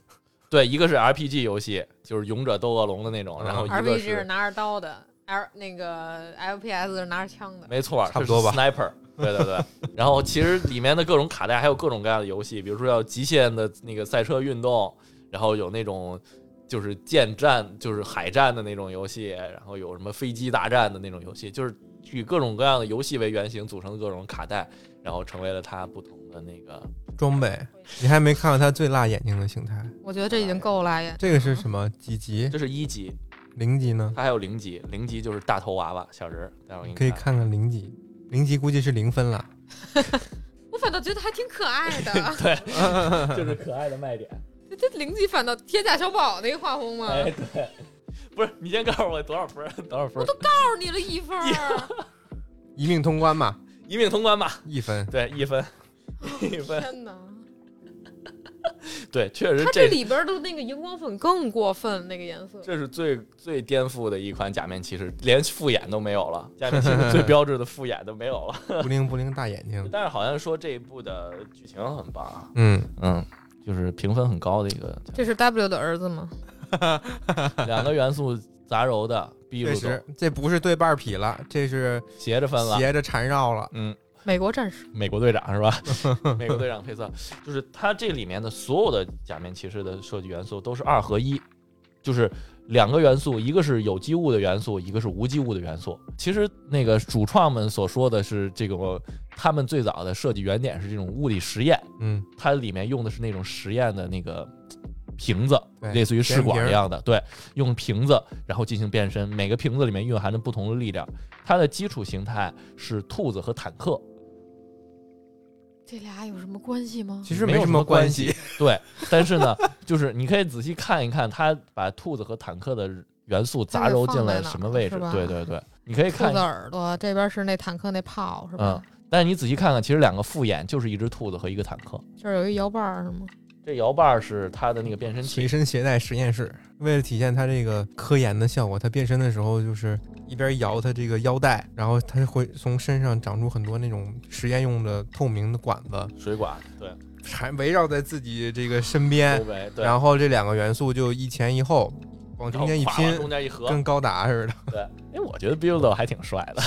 [SPEAKER 3] 对，一个是 RPG 游戏，就是勇者斗恶龙的那种，
[SPEAKER 2] 嗯
[SPEAKER 3] 然后一
[SPEAKER 4] RPG
[SPEAKER 3] 个
[SPEAKER 4] 是
[SPEAKER 3] 是
[SPEAKER 4] 拿着刀的，L 那个 FPS 是拿着枪的。
[SPEAKER 3] 没错，
[SPEAKER 2] 差不多吧
[SPEAKER 3] 这是，Sniper，对对对。然后其实里面的各种卡带还有各种各样的游戏，比如说要极限的那个赛车运动，然后有那种就是舰战，就是海战的那种游戏，然后有什么飞机大战的那种游戏，就是以各种各样的游戏为原型组成的各种卡带，然后成为了它不同的那个。
[SPEAKER 2] 装备，你还没看到他最辣眼睛的形态。
[SPEAKER 4] 我觉得这已经够辣眼。
[SPEAKER 2] 这个是什么？几级？
[SPEAKER 3] 这是一级，
[SPEAKER 2] 零级呢？
[SPEAKER 3] 它还有零级，零级就是大头娃娃小人儿，待会儿给你
[SPEAKER 2] 可以看看零级，零级估计是零分了。
[SPEAKER 4] 不反倒觉得还挺可爱的。
[SPEAKER 3] 就是可爱的卖点。
[SPEAKER 4] 这这零级反倒铁甲小宝那个画风嘛，
[SPEAKER 3] 哎， 对， 不是你先告诉我多少分儿， 多少分
[SPEAKER 4] 我
[SPEAKER 3] 儿，
[SPEAKER 4] 都告诉你了一分儿，啊
[SPEAKER 2] 一命通关嘛，
[SPEAKER 3] 一命通关吧？
[SPEAKER 2] 一分。
[SPEAKER 3] 对，一分， 一分。
[SPEAKER 4] 天哪！
[SPEAKER 3] 对，确实
[SPEAKER 4] 它
[SPEAKER 3] 这
[SPEAKER 4] 这里边的那个荧光粉更过分，那个颜色。
[SPEAKER 3] 这是最最颠覆的一款假面骑士，连复眼都没有了，假面骑士最标志的复眼都没有 了。
[SPEAKER 2] 布灵布灵大眼睛。
[SPEAKER 3] 但是好像说这一部的剧情很棒啊，
[SPEAKER 2] 嗯，
[SPEAKER 3] 嗯，就是评分很高的一 个，
[SPEAKER 4] 这是 W 的儿子吗？
[SPEAKER 3] 两个元素杂糅的，比
[SPEAKER 2] 确
[SPEAKER 3] 如
[SPEAKER 2] 实，这不是对半劈了，这是
[SPEAKER 3] 斜着翻了，
[SPEAKER 2] 斜着缠绕了。
[SPEAKER 3] 嗯，
[SPEAKER 4] 美国战士，
[SPEAKER 3] 美国队长是吧？美国队长配色，就是它这里面的所有的假面骑士的设计元素都是二合一，就是两个元素，一个是有机物的元素，一个是无机物的元素。其实那个主创们所说的是这个，他们最早的设计原点是这种物理实验，
[SPEAKER 2] 嗯，
[SPEAKER 3] 它里面用的是那种实验的那个瓶子，
[SPEAKER 2] 对
[SPEAKER 3] 类似于试
[SPEAKER 2] 甜
[SPEAKER 3] 管
[SPEAKER 2] 瓶
[SPEAKER 3] 一样的，对，用瓶子然后进行变身，每个瓶子里面蕴含着不同的力量。它的基础形态是兔子和坦克，
[SPEAKER 4] 这俩有什么关系吗？
[SPEAKER 2] 其实
[SPEAKER 3] 没有
[SPEAKER 2] 什
[SPEAKER 3] 什么
[SPEAKER 2] 关
[SPEAKER 3] 关系。对，但是呢，就是你可以仔细看一看，它把兔子和坦克的元素杂糅进了什么位置
[SPEAKER 4] 它给放在哪
[SPEAKER 3] 对
[SPEAKER 4] 儿了是吧。
[SPEAKER 3] 对对，你可以
[SPEAKER 4] 兔
[SPEAKER 3] 看嗯
[SPEAKER 4] 子，耳朵，这边是那坦克那炮是吧？
[SPEAKER 3] 但是你仔细看看，其实两个复眼就是一只兔子和一个坦克。
[SPEAKER 4] 这儿有一摇把儿是吗？
[SPEAKER 3] 这摇把儿是它的那个变身
[SPEAKER 2] 随
[SPEAKER 3] 器，
[SPEAKER 2] 身携带实验室，为了体现它这个科研的效果，它变身的时候就是一边摇它这个腰带，然后它会从身上长出很多那种实验用的透明的管子，
[SPEAKER 3] 水管，对，
[SPEAKER 2] 缠围绕在自己这个身边
[SPEAKER 3] 周，围，对，
[SPEAKER 2] 然后这两个元素就一前一后往中间一
[SPEAKER 3] 然后咵往
[SPEAKER 2] 拼，
[SPEAKER 3] 中间一合，
[SPEAKER 2] 跟高达似的。
[SPEAKER 3] 对。哎，我觉得 Buildo 还挺帅的，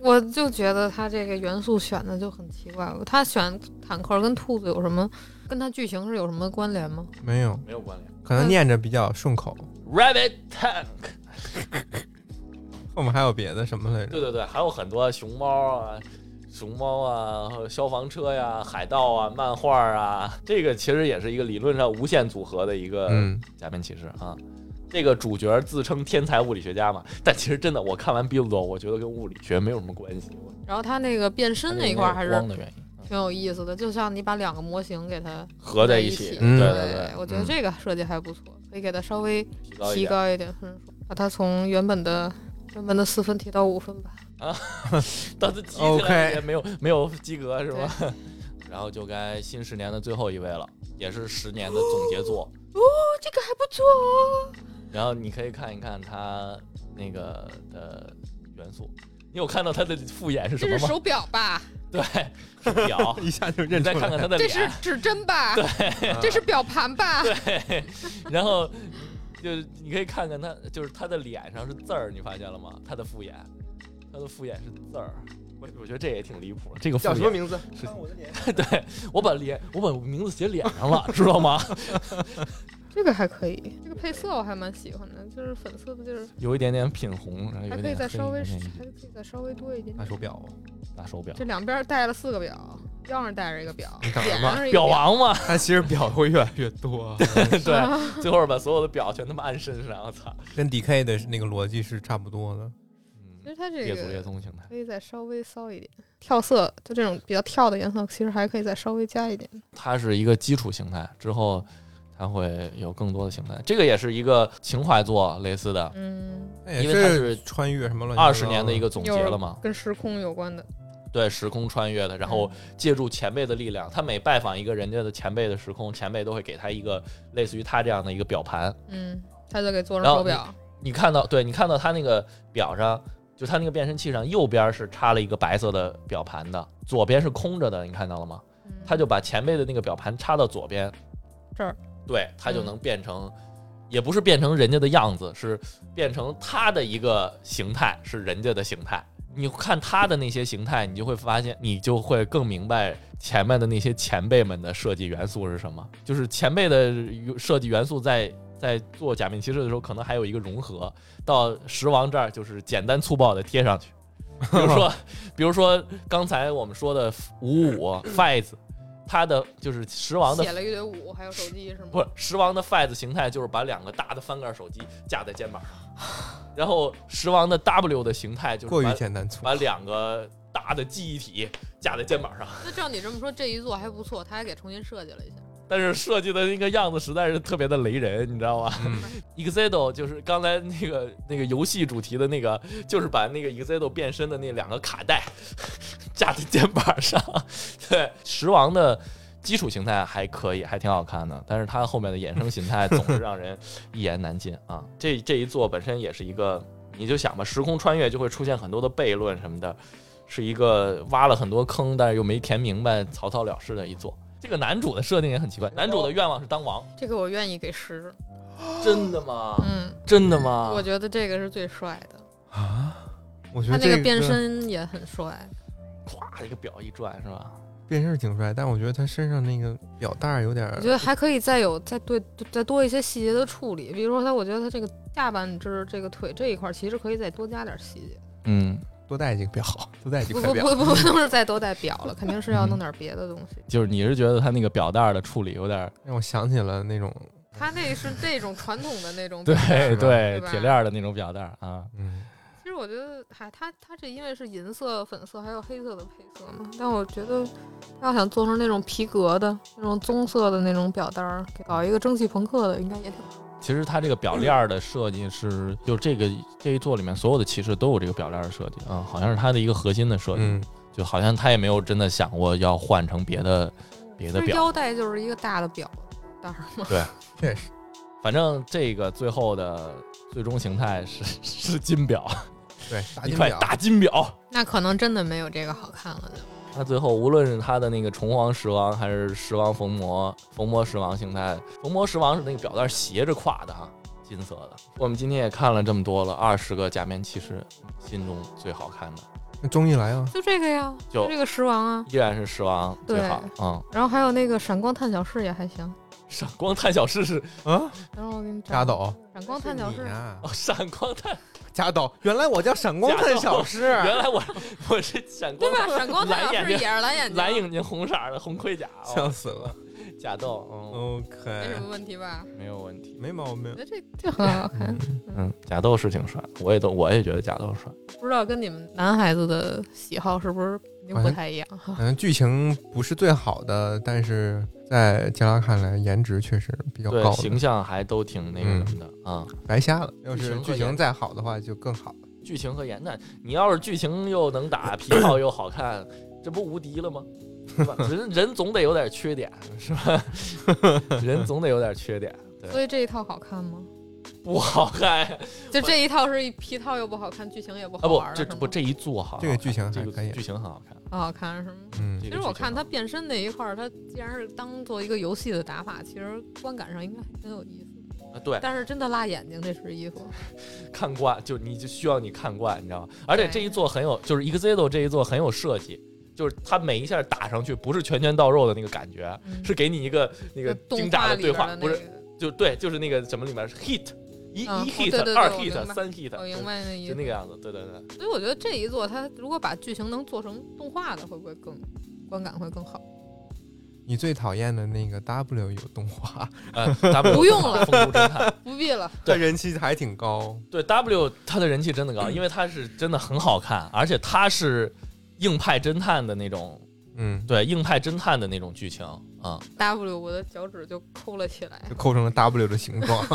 [SPEAKER 4] 我就觉得他这个元素选的就很奇怪，他选坦克跟兔子有什么，跟他剧情是有什么关联吗？
[SPEAKER 2] 没有，
[SPEAKER 3] 没有关联。
[SPEAKER 2] 可能念着比较顺口。
[SPEAKER 3] Rabbit Tank，
[SPEAKER 2] 后面还有别的什么来着？
[SPEAKER 3] 对对对，还有很多熊猫啊。熊猫啊，还有消防车呀、海盗啊、漫画啊，这个其实也是一个理论上无限组合的一个
[SPEAKER 2] 嗯，
[SPEAKER 3] 假面骑士啊。这个主角自称天才物理学家嘛，但其实真的，我看完《Build》，我觉得跟物理学没有什么关系。我
[SPEAKER 4] 然后他那个变
[SPEAKER 3] 哎
[SPEAKER 4] 身那一块儿还是
[SPEAKER 3] 光的原因嗯
[SPEAKER 4] 挺有意思的，就像你把两个模型给它
[SPEAKER 3] 合在
[SPEAKER 4] 在
[SPEAKER 3] 一
[SPEAKER 4] 起，
[SPEAKER 2] 嗯
[SPEAKER 3] 对
[SPEAKER 4] 对
[SPEAKER 3] 对，
[SPEAKER 4] 我觉得这个设计还不错，可以给它稍微
[SPEAKER 3] 提高一
[SPEAKER 4] 提
[SPEAKER 3] 点。
[SPEAKER 4] 高一点分数，把它从原本的原本的四分提到五分吧。
[SPEAKER 3] 但是提起
[SPEAKER 2] OK。
[SPEAKER 3] 来也没有没有及格是吧？ 然后就该新十年的最后一位了，也是十年的总杰作。
[SPEAKER 4] 哦，这个还不错哦。
[SPEAKER 3] 然后你可以看一看它那个的元素。你有看到它的复眼是什
[SPEAKER 4] 这
[SPEAKER 3] 么
[SPEAKER 4] 是
[SPEAKER 3] 吗？
[SPEAKER 4] 手表吧？
[SPEAKER 3] 对，手表
[SPEAKER 2] 一下就
[SPEAKER 3] 你
[SPEAKER 2] 认出
[SPEAKER 3] 再
[SPEAKER 2] 来
[SPEAKER 3] 看看它的
[SPEAKER 4] 这
[SPEAKER 3] 脸，
[SPEAKER 4] 是指 针吧？这是表盘吧？
[SPEAKER 3] 然后就是你可以看看他，就是他的脸上是字儿，你发现了吗？他的复眼，他的复眼是字儿。我我觉得这也挺离谱，这个复
[SPEAKER 2] 叫什么
[SPEAKER 3] 眼，
[SPEAKER 2] 名字？
[SPEAKER 3] 是对我把脸，我把名字写脸上了，知道 吗？
[SPEAKER 4] 这个还可以，这个配色我还蛮喜欢的，就是粉色的，就是
[SPEAKER 3] 有一点点品红，然后有
[SPEAKER 4] 还
[SPEAKER 3] 一
[SPEAKER 4] 可以
[SPEAKER 3] 点
[SPEAKER 4] 再稍微，
[SPEAKER 3] 黑有一点
[SPEAKER 4] 还可以再稍微多一点
[SPEAKER 2] 大
[SPEAKER 4] 点。
[SPEAKER 2] 手表啊，
[SPEAKER 3] 大手表，
[SPEAKER 4] 这两边戴了四个表，腰上戴着一个表，
[SPEAKER 2] 你看
[SPEAKER 4] 脸
[SPEAKER 2] 吧
[SPEAKER 4] 上是一个
[SPEAKER 3] 表啊王嘛，
[SPEAKER 2] 它其实表会越来越 多，
[SPEAKER 3] 对，最后是把所有的表全他妈按身上，我操，
[SPEAKER 2] 跟 DK 的那个逻辑是差不多的。
[SPEAKER 3] 嗯，
[SPEAKER 4] 其实它这
[SPEAKER 3] 列祖列
[SPEAKER 4] 个
[SPEAKER 3] 宗形态。
[SPEAKER 4] 可以再稍微骚一点，跳色就这种比较跳的颜色，其实还可以再稍微加一点。
[SPEAKER 3] 它是一个基础形态，之后它会有更多的形态。这个也是一个情怀作类似的，
[SPEAKER 4] 嗯，
[SPEAKER 2] 那也
[SPEAKER 3] 因为它是
[SPEAKER 2] 穿越什么乱七八糟
[SPEAKER 3] 二十年的一个总结了嘛？
[SPEAKER 4] 跟时空嗯有关的。
[SPEAKER 3] 对，时空穿越的，然后借助前辈的力量，他每拜访一个人家的前辈的时空，前辈都会给他一个类似于他这样的一个表盘。
[SPEAKER 4] 嗯，他就给做
[SPEAKER 3] 然
[SPEAKER 4] 成
[SPEAKER 3] 后
[SPEAKER 4] 手表，
[SPEAKER 3] 你看到，对你看到他那个表上，就他那个变身器上右边是插了一个白色的表盘的，左边是空着的，你看到了吗？
[SPEAKER 4] 嗯
[SPEAKER 3] 他就把前辈的那个表盘插到左边
[SPEAKER 4] 这儿，
[SPEAKER 3] 对，他就
[SPEAKER 4] 嗯
[SPEAKER 3] 能变成，也不是变成人家的样子，是变成他的一个形态，是人家的形态。你看他的那些形态，你就会发现，你就会更明白前面的那些前辈们的设计元素是什么。就是前辈的设计元素在在做假面骑士的时候，可能还有一个融合，到十王这儿就是简单粗暴的贴上去。 比如说， 比如说刚才我们说的五五 fights，它的就是十王的
[SPEAKER 4] 写了一堆舞，还有手机是吗？
[SPEAKER 3] 不是十王的 fights 形态就是把两个大的翻盖手机架在肩膀上，然后十王的 W 的形态就是
[SPEAKER 2] 过于
[SPEAKER 3] 把
[SPEAKER 2] 简单粗暴。
[SPEAKER 3] 把两个大大的记忆体架在肩膀上，
[SPEAKER 4] 那照你这么说，这一座还不错，他还给重新设计了一下。
[SPEAKER 3] 但是设计的那个样子实在是特别的雷人，你知道吗
[SPEAKER 2] 嗯
[SPEAKER 3] ？Exedo 就是刚才那个那个游戏主题的那个，就是把那个 Exedo 变身的那两个卡带 架在肩膀上。对，时王的基础形态还可以，还挺好看的，但是它后面的衍生形态总是让人一言难尽啊。 这这一座本身也是一个，你就想吧，时空穿越就会出现很多的悖论什么的，是一个挖了很多坑，但是又没填明白，草草了事的一座。这个男主的设定也很奇怪，男主的愿望是当王，
[SPEAKER 4] 这个我愿意给十，
[SPEAKER 3] 啊真的吗？
[SPEAKER 4] 嗯，
[SPEAKER 3] 真的吗
[SPEAKER 4] 我觉得这个是最帅的。
[SPEAKER 2] 啊，我觉
[SPEAKER 4] 他
[SPEAKER 2] 得
[SPEAKER 4] 那
[SPEAKER 2] 这
[SPEAKER 4] 个变身也很帅，
[SPEAKER 3] 咵，这个表一转是吧？
[SPEAKER 2] 变身是挺帅，但我觉得他身上那个表带儿有点儿
[SPEAKER 4] 我觉得还可以再有再对再多一些细节的处理，比如说他，我觉得他这个下半肢、这个腿这一块，其实可以再多加点细节。
[SPEAKER 3] 嗯，
[SPEAKER 2] 多带几个表，多带几
[SPEAKER 4] 不
[SPEAKER 2] 块
[SPEAKER 4] 不
[SPEAKER 2] 表。
[SPEAKER 4] 不不，不能是再多带表了，肯定是要弄点别的东西。
[SPEAKER 3] 就是你是觉得他那个表带的处理有点儿，
[SPEAKER 2] 让我想起了那种，
[SPEAKER 4] 他那是这种传统的那种
[SPEAKER 3] 对
[SPEAKER 4] 表带
[SPEAKER 3] 对
[SPEAKER 4] 嘛对，嗯吧
[SPEAKER 3] 铁链儿的那种表带儿啊，
[SPEAKER 2] 嗯，
[SPEAKER 4] 其实我觉得，还他他这因为是银色、粉色还有黑色的配色嘛，但我觉得要想做成那种皮革的、那种棕色的那种表带儿，搞一个蒸汽朋克的，应该也挺好。
[SPEAKER 3] 其实它这个表链儿的设计是，就这个这一座里面所有的骑士都有这个表链儿的设计啊，好像是它的一个核心的设计，
[SPEAKER 2] 嗯，
[SPEAKER 3] 就好像他也没有真的想过要换成别的别的
[SPEAKER 4] 就是
[SPEAKER 3] 表。
[SPEAKER 4] 腰带就是一个大的表带儿嘛，
[SPEAKER 2] 确实，
[SPEAKER 3] 反正这个最后的最终形态是 是金表，
[SPEAKER 2] 对，大
[SPEAKER 3] 一
[SPEAKER 2] 金
[SPEAKER 3] 块
[SPEAKER 2] 表，
[SPEAKER 3] 大金表。
[SPEAKER 4] 那可能真的没有这个好看了就。
[SPEAKER 3] 他最后无论是他的那个重皇十王，还是十王逢魔，逢魔十王形态，逢魔十王是那个表带斜着挎的哈，金色的。我们今天也看了这么多了，二十个假面骑士心中最好看的
[SPEAKER 2] 那综艺来啊，
[SPEAKER 4] 就这个呀，
[SPEAKER 3] 就
[SPEAKER 4] 这个狮王啊，
[SPEAKER 3] 依然是十王最好。嗯，
[SPEAKER 4] 然后还有那个闪光探小室也还行。
[SPEAKER 3] 闪光探小士是
[SPEAKER 2] 啊，
[SPEAKER 4] 然后我给你找
[SPEAKER 2] 贾导，
[SPEAKER 4] 闪光探小
[SPEAKER 2] 是你
[SPEAKER 4] 室，
[SPEAKER 2] 啊
[SPEAKER 3] 哦，，闪光探，
[SPEAKER 2] 贾导，原来我叫闪光探小 师，
[SPEAKER 3] 原来我我是闪
[SPEAKER 4] 对
[SPEAKER 3] 光
[SPEAKER 4] 吧？
[SPEAKER 3] 探，
[SPEAKER 4] 闪光探小室也是蓝眼睛，
[SPEAKER 3] 蓝眼睛红色儿的红盔甲，哦
[SPEAKER 2] 笑死了。
[SPEAKER 3] 假豆，嗯，
[SPEAKER 4] 没 什
[SPEAKER 2] OK，
[SPEAKER 4] 么问题吧？
[SPEAKER 3] 没有问题。
[SPEAKER 2] 没毛病
[SPEAKER 4] 我。觉得这这很好看。
[SPEAKER 3] 嗯，假豆是挺帅，我也都我也觉得假豆帅。
[SPEAKER 4] 不知道跟你们男孩子的喜好是不是已经不太一样哈？
[SPEAKER 2] 嗯，剧情不是最好的，但是在杰拉看来，颜值确实比较
[SPEAKER 3] 对，
[SPEAKER 2] 高的
[SPEAKER 3] 形象还都挺那个什么的啊、
[SPEAKER 2] 白瞎了。要
[SPEAKER 3] 剧
[SPEAKER 2] 是
[SPEAKER 3] 情和
[SPEAKER 2] 剧情
[SPEAKER 3] 颜
[SPEAKER 2] 再好的话，就更好了。
[SPEAKER 3] 剧情和演，那你要是剧情又能打，皮套又好看，这不无敌 了吗？是吧？人人总得有点缺点，是吧？人总得有点缺点，对，
[SPEAKER 4] 所以这一套好看吗？
[SPEAKER 3] 不好看啊！
[SPEAKER 4] 就这一套是一皮套又不好看，剧情也不好
[SPEAKER 3] 不
[SPEAKER 4] 玩，了，
[SPEAKER 3] 这
[SPEAKER 4] 是吗
[SPEAKER 3] 不这一做好看，
[SPEAKER 2] 这个剧情还
[SPEAKER 3] 这
[SPEAKER 2] 可以
[SPEAKER 3] 个剧情很好看。
[SPEAKER 4] 不好看是吗？
[SPEAKER 2] 嗯
[SPEAKER 3] 这
[SPEAKER 4] 其
[SPEAKER 3] 个
[SPEAKER 4] 实我
[SPEAKER 3] 剧情
[SPEAKER 4] 看
[SPEAKER 3] 很
[SPEAKER 4] 他
[SPEAKER 3] 好
[SPEAKER 4] 变身那一块儿，他既然是当做一个游戏的打法，其实观感上应该还挺有意思。
[SPEAKER 3] 啊对，
[SPEAKER 4] 但是真的辣眼睛这身衣服，
[SPEAKER 3] 看惯，就你就需要你看惯，你知道吗？而且
[SPEAKER 4] 对
[SPEAKER 3] 这一座很有，就是 Exedo 这一座很有设计，就是他每一下打上去不是拳拳到肉的那个感觉，
[SPEAKER 4] 嗯
[SPEAKER 3] 是给你一个那个
[SPEAKER 4] 动
[SPEAKER 3] 惊炸
[SPEAKER 4] 画
[SPEAKER 3] 的
[SPEAKER 4] 里
[SPEAKER 3] 对
[SPEAKER 4] 边
[SPEAKER 3] 话，
[SPEAKER 4] 的那
[SPEAKER 3] 不是
[SPEAKER 4] 个。
[SPEAKER 3] 就对，就是那个什么里面是 hit 一
[SPEAKER 4] 啊
[SPEAKER 3] 一
[SPEAKER 4] 哦对对对
[SPEAKER 3] hit 二
[SPEAKER 4] 我明
[SPEAKER 3] hit
[SPEAKER 4] 白
[SPEAKER 3] 三 hit，
[SPEAKER 4] 我明
[SPEAKER 3] 就
[SPEAKER 4] 白那意
[SPEAKER 3] 就
[SPEAKER 4] 思
[SPEAKER 3] 那个。样子，对对对，
[SPEAKER 4] 所以我觉得这一座，它如果把剧情能做成动画的，会不会更观感会更好？
[SPEAKER 2] 你最讨厌的那个 W 有动画，
[SPEAKER 3] 呃，咱们
[SPEAKER 4] 不用了
[SPEAKER 3] 风烛侦探，
[SPEAKER 4] 不必了，
[SPEAKER 2] 这
[SPEAKER 3] 对
[SPEAKER 2] 人气还挺高。
[SPEAKER 3] 对 W 它的人气真的高，因为它是真的很好看，而且它是硬派侦探的那种，
[SPEAKER 2] 嗯，
[SPEAKER 3] 对硬派侦探的那种剧情啊，
[SPEAKER 4] W 我的脚趾就抠了 起来。
[SPEAKER 2] 就扣成了 W 的形状。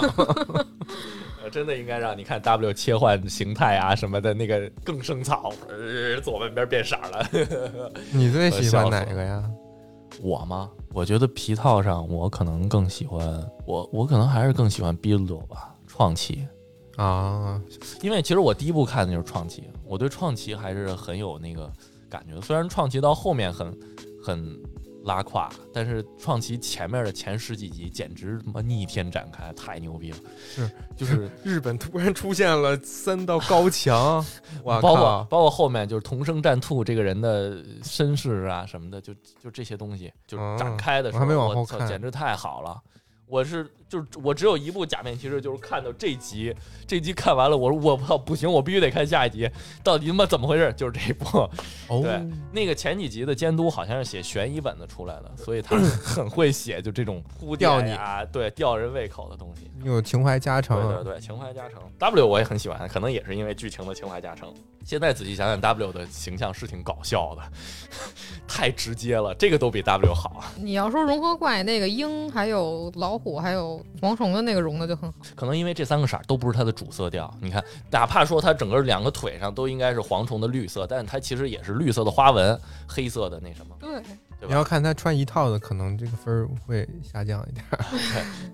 [SPEAKER 3] 呃，真的应该让你看 W 切换形态啊什么的，那个更生草，呃，左半边变色儿了。
[SPEAKER 2] 你最喜欢哪个呀？
[SPEAKER 3] 我吗？我觉得皮套上我可能更喜欢我，我可能还是更喜欢 Bildo 吧，创奇。
[SPEAKER 2] 啊，
[SPEAKER 3] 因为其实我第一部看的就是创奇，我对创奇还是很有那个感觉的。虽然创奇到后面很很拉胯，但是创奇前面的前十几集简直他妈逆天展开，太牛逼了。
[SPEAKER 2] 是，
[SPEAKER 3] 就是
[SPEAKER 2] 日本突然出现了三道高 墙，我
[SPEAKER 3] 包括
[SPEAKER 2] 靠！
[SPEAKER 3] 包括后面就是同生战兔这个人的身世啊什么的，就就这些东西就
[SPEAKER 2] 哦
[SPEAKER 3] 展开的时候，
[SPEAKER 2] 我还没往后
[SPEAKER 3] 我操
[SPEAKER 2] 看
[SPEAKER 3] 简直太好了。我是就是我只有一部假面骑士，就是看到这集，这集看完了，我说我操不行，我必须得看下一集，到底他妈怎么回事？就是这一部，
[SPEAKER 2] 哦
[SPEAKER 3] 对那个前几集的监督好像是写悬疑本子出来的，所以他很会写就这种铺垫
[SPEAKER 2] 吊你
[SPEAKER 3] 啊，对吊人胃口的东西。
[SPEAKER 2] 有情怀加成
[SPEAKER 3] 对
[SPEAKER 2] 啊
[SPEAKER 3] 对，对，情怀加成。W 我也很喜欢，可能也是因为剧情的情怀加成。现在仔细想想，W 的形象是挺搞笑的， 太直接了，这个都比 W 好。
[SPEAKER 4] 你要说融合怪那个鹰，还有老虎，还有蝗虫的那个融的就很好。
[SPEAKER 3] 可能因为这三个色儿都不是它的主色调。你看，哪怕说它整个两个腿上都应该是蝗虫的绿色，但它其实也是绿色的花纹，黑色的那什么。
[SPEAKER 4] 对，
[SPEAKER 3] 对
[SPEAKER 2] 你
[SPEAKER 3] 吧
[SPEAKER 2] 要看他穿一套的，可能这个分儿会下降一点。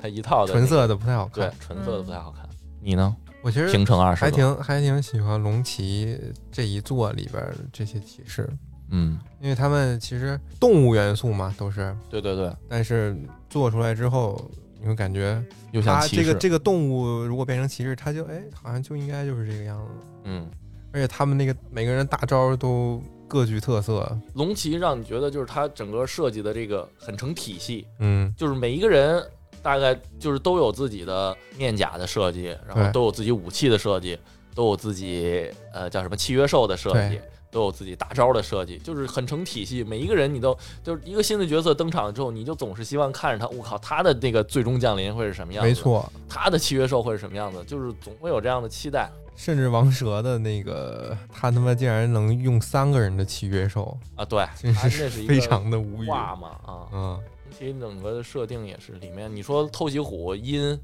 [SPEAKER 3] 它一套的
[SPEAKER 2] 纯色的不太好
[SPEAKER 3] 对
[SPEAKER 2] 看。
[SPEAKER 3] 纯色的不太好看。你呢？
[SPEAKER 2] 我其实
[SPEAKER 3] 平成二十
[SPEAKER 2] 还挺还挺喜欢龙骑这一座里边儿这些骑士，
[SPEAKER 3] 嗯，
[SPEAKER 2] 因为他们其实动物元素嘛都是，
[SPEAKER 3] 对对对，
[SPEAKER 2] 但是做出来之后，你会感觉
[SPEAKER 3] 又像
[SPEAKER 2] 它
[SPEAKER 3] 骑
[SPEAKER 2] 这
[SPEAKER 3] 士，
[SPEAKER 2] 个这个动物如果变成骑士，它就哎好像就应该就是这个样子。
[SPEAKER 3] 嗯，
[SPEAKER 2] 而且他们那个每个人大招都各具特色，
[SPEAKER 3] 龙骑让你觉得就是它整个设计的这个很成体系，
[SPEAKER 2] 嗯，
[SPEAKER 3] 就是每一个人大概就是都有自己的面甲的设计，然后
[SPEAKER 2] 对
[SPEAKER 3] 都有自己武器的设计，都有自己呃叫什么契约兽的设计
[SPEAKER 2] 对，
[SPEAKER 3] 都有自己大招的设计，就是很成体系。每一个人你都就是一个新的角色登场之后，你就总是希望看着他，我靠，他的那个最终降临会是什么样子？
[SPEAKER 2] 没，错。
[SPEAKER 3] 他的契约兽会是什么样子？就是总会有这样的期待。
[SPEAKER 2] 甚至王蛇的那个，他他妈竟然能用三个人的契约兽，
[SPEAKER 3] 啊，对，
[SPEAKER 2] 真
[SPEAKER 3] 他
[SPEAKER 2] 是
[SPEAKER 3] 那是一个
[SPEAKER 2] 非常的无语。
[SPEAKER 3] 画嘛啊，
[SPEAKER 2] 嗯，
[SPEAKER 3] 其实整个的设定也是里面，你说透析虎阴，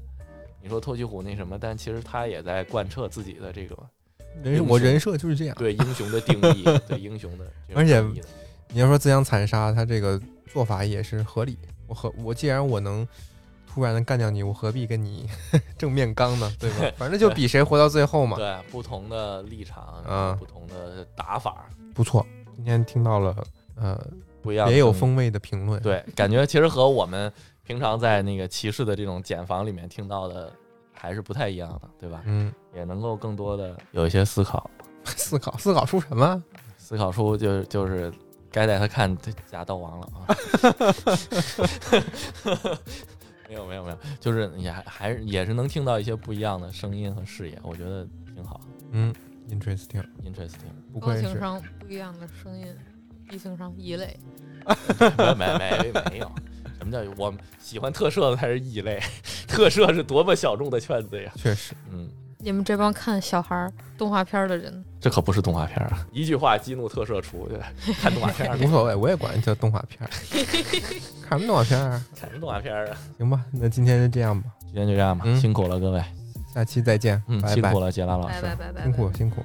[SPEAKER 3] 你说透析虎那什么，但其实他也在贯彻自己的这个英
[SPEAKER 2] 人
[SPEAKER 3] 雄
[SPEAKER 2] 我人设就是这样。
[SPEAKER 3] 对英雄的定义，对英雄的这个
[SPEAKER 2] 而且
[SPEAKER 3] 定义的
[SPEAKER 2] 你要说自相残杀，他这个做法也是合理。我何我既然我能突然的干掉你，我何必跟你 正面刚呢？对吧？反正就比谁活到最后嘛。
[SPEAKER 3] 对不同的立场，
[SPEAKER 2] 嗯
[SPEAKER 3] 不同的打法，
[SPEAKER 2] 不错，今天听到了呃
[SPEAKER 3] 不一样，
[SPEAKER 2] 别有。风味的评论。，
[SPEAKER 3] 嗯对，感觉其实和我们平常在那个骑士的这种茧房里面听到的还是不太一样的，对吧？
[SPEAKER 2] 嗯，
[SPEAKER 3] 也能够更多的有一些思考，
[SPEAKER 2] 思考思考出什么？
[SPEAKER 3] 思考出就就是该带他看《假刀王》了 啊。没有没有没有，就是也还还是也是能听到一些不一样的声音和视野，我觉得挺好
[SPEAKER 2] 嗯，interesting，
[SPEAKER 3] ，interesting。
[SPEAKER 2] 不
[SPEAKER 4] 高
[SPEAKER 2] 愧
[SPEAKER 4] 情
[SPEAKER 2] 是
[SPEAKER 4] 商不一样的声音，低情商异类。
[SPEAKER 3] 没没没没有，什么叫我喜欢特摄的才是异类？特摄是多么小众的圈子呀！
[SPEAKER 2] 确实
[SPEAKER 3] 嗯，
[SPEAKER 4] 你们这帮看小孩儿动画片儿的人，
[SPEAKER 3] 这可不是动画片啊！一句话激怒特摄厨，对吧，看动画片 儿
[SPEAKER 2] 无所谓，我也管叫动画 片儿，看什么动画片儿啊？
[SPEAKER 3] 看什么动画片儿啊？
[SPEAKER 2] 行吧，那今天就这样吧，
[SPEAKER 3] 今天就这样吧，
[SPEAKER 2] 嗯
[SPEAKER 3] 辛苦了各位，
[SPEAKER 2] 下期再见，
[SPEAKER 3] 嗯，
[SPEAKER 2] 拜
[SPEAKER 3] 辛
[SPEAKER 2] 拜
[SPEAKER 3] 苦，了杰拉老师，
[SPEAKER 2] 啊
[SPEAKER 4] 拜拜拜拜拜
[SPEAKER 2] 辛。苦辛苦。